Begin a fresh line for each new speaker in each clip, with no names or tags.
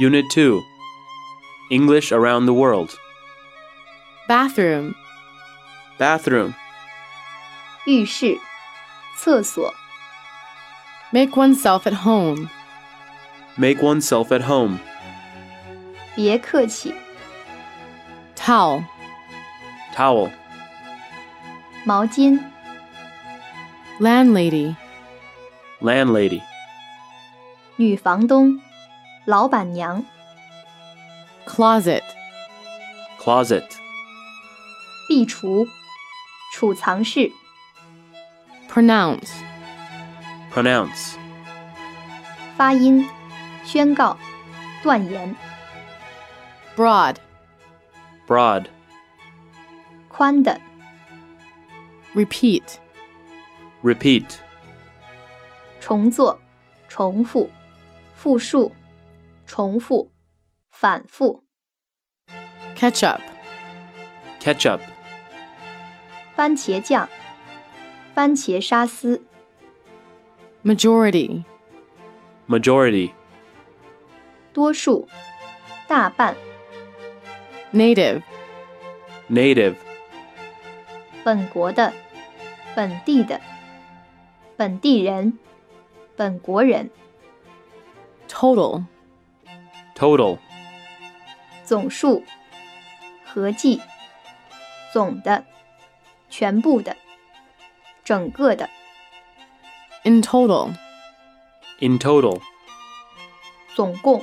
Unit 2 English Around the World
bathroom,
Bathroom
浴室、厕所、
make oneself at home,
Make oneself at home
别客气、
towel,
Towel
毛巾、
landlady,
Landlady
女房东、老板娘、
closet,
Closet
壁橱、储藏室、
pronounce,
Pronounce
发音、宣告、断言、
broad,
Broad
宽的、
repeat,
Repeat
重做、重复、复述、重复、反复、
catch up,
Ketchup
番茄酱、番茄沙司、
majority,
Majority
多数、大半、
native,
Native
本国的、本地的、本地人、本国人、
total,
Total
总数、合计、总的、全部的、整个的、
in total,
In total
总共、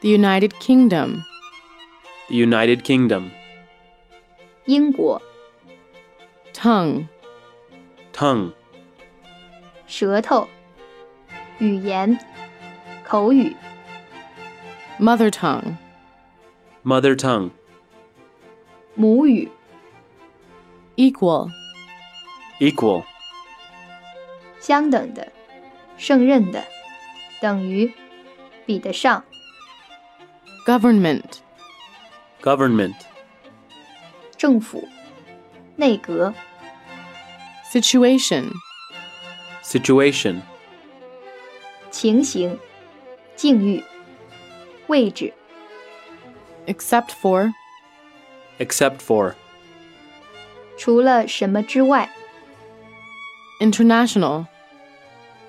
the United Kingdom,
The United Kingdom
英国、
tongue,
Tongue
舌头、语言、口语、
mother tongue,
Mother Tongue
母语、
equal,
Equal
相等的、胜任的、等于、比得上、
government,
Government
政府、内阁、
situation,
Situation
情形、境遇、位置、
except for,
Except for
除了什么之外、
international,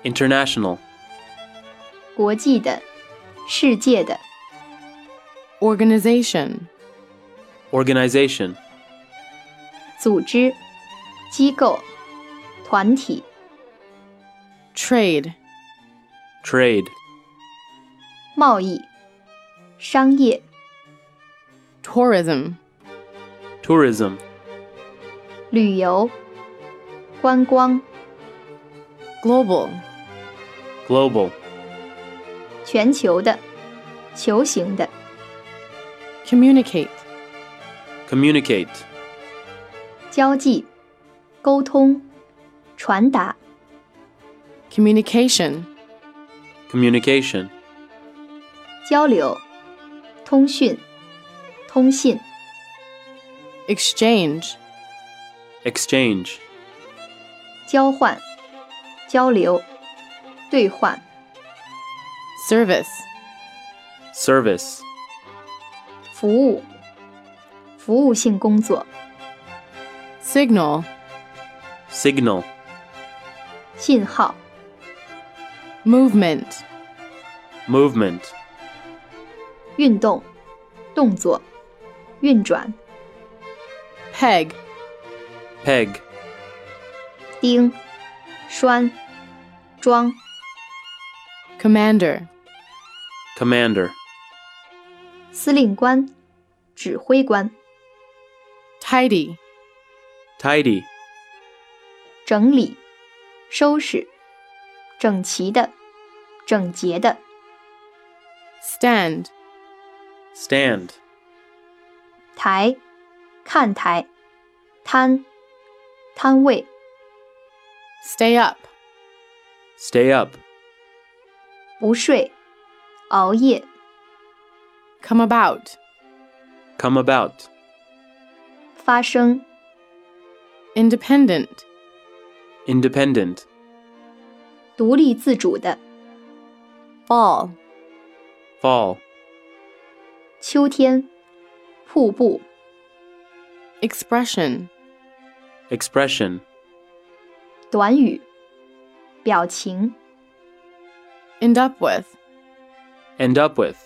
International
国际的、世界的、
organization,
Organization
组织、机构、团体、
trade,
Trade
贸易、商业、
tourism,
Tourism
旅游、观光、
global,
Global
全球的、球形的、
communicate,
Communicate
交际、沟通、传达、
communication,
Communication
交流、通讯、通信、
exchange,
Exchange
交换、交流、兑换、
service,
Service
服务、服务性工作、
signal,
Signal
信号、
movement,
Movement
运动、动作、运转、
peg,
Peg
钉、栓、装。
commander,
Commander
司令官、指挥官、
tidy,
Tidy
整理、收拾、整齐的、整洁的、
stand,
Stand
台、看台、摊、摊位、
stay up,
Stay up
不睡、熬夜、
come about,
Come about
发生、
independent,
Independent
独立自主的、
fall,
fall,
秋天，瀑布，
expression,
expression,
短语，表情，
end up with,
end up with,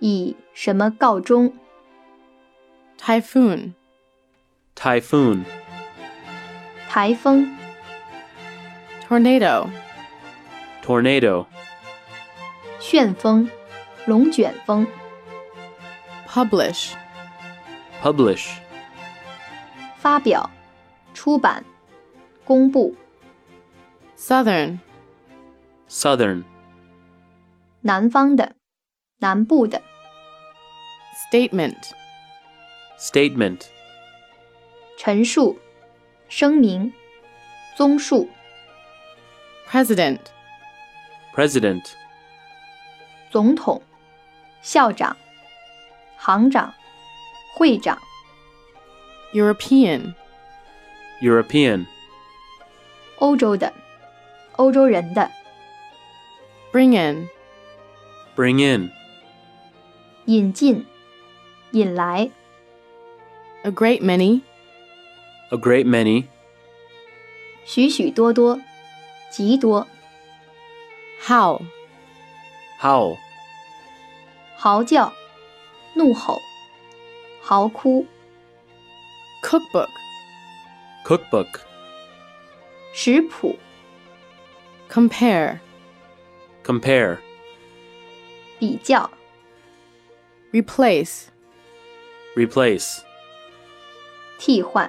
以什么告终？
typhoon,
typhoon,
台风，
tornado,
tornado,
旋风，龙卷风，
publish,
publish,
发表，出版，公布，
southern,
southern,
南方的，南部的，
statement,
statement,
陈述，声明，综述，
president,
president,
总统，校长，行长，会长，
European,
European,
欧洲的，欧洲人的，
bring in,
bring in,
引进，引来，
a great many,
a great many,
许许多多，极多，
howl,
howl,
嚎叫，怒吼，嚎哭，
cookbook,
cookbook,
食谱，
compare,
compare,
比较，
replace,
replace,
替换，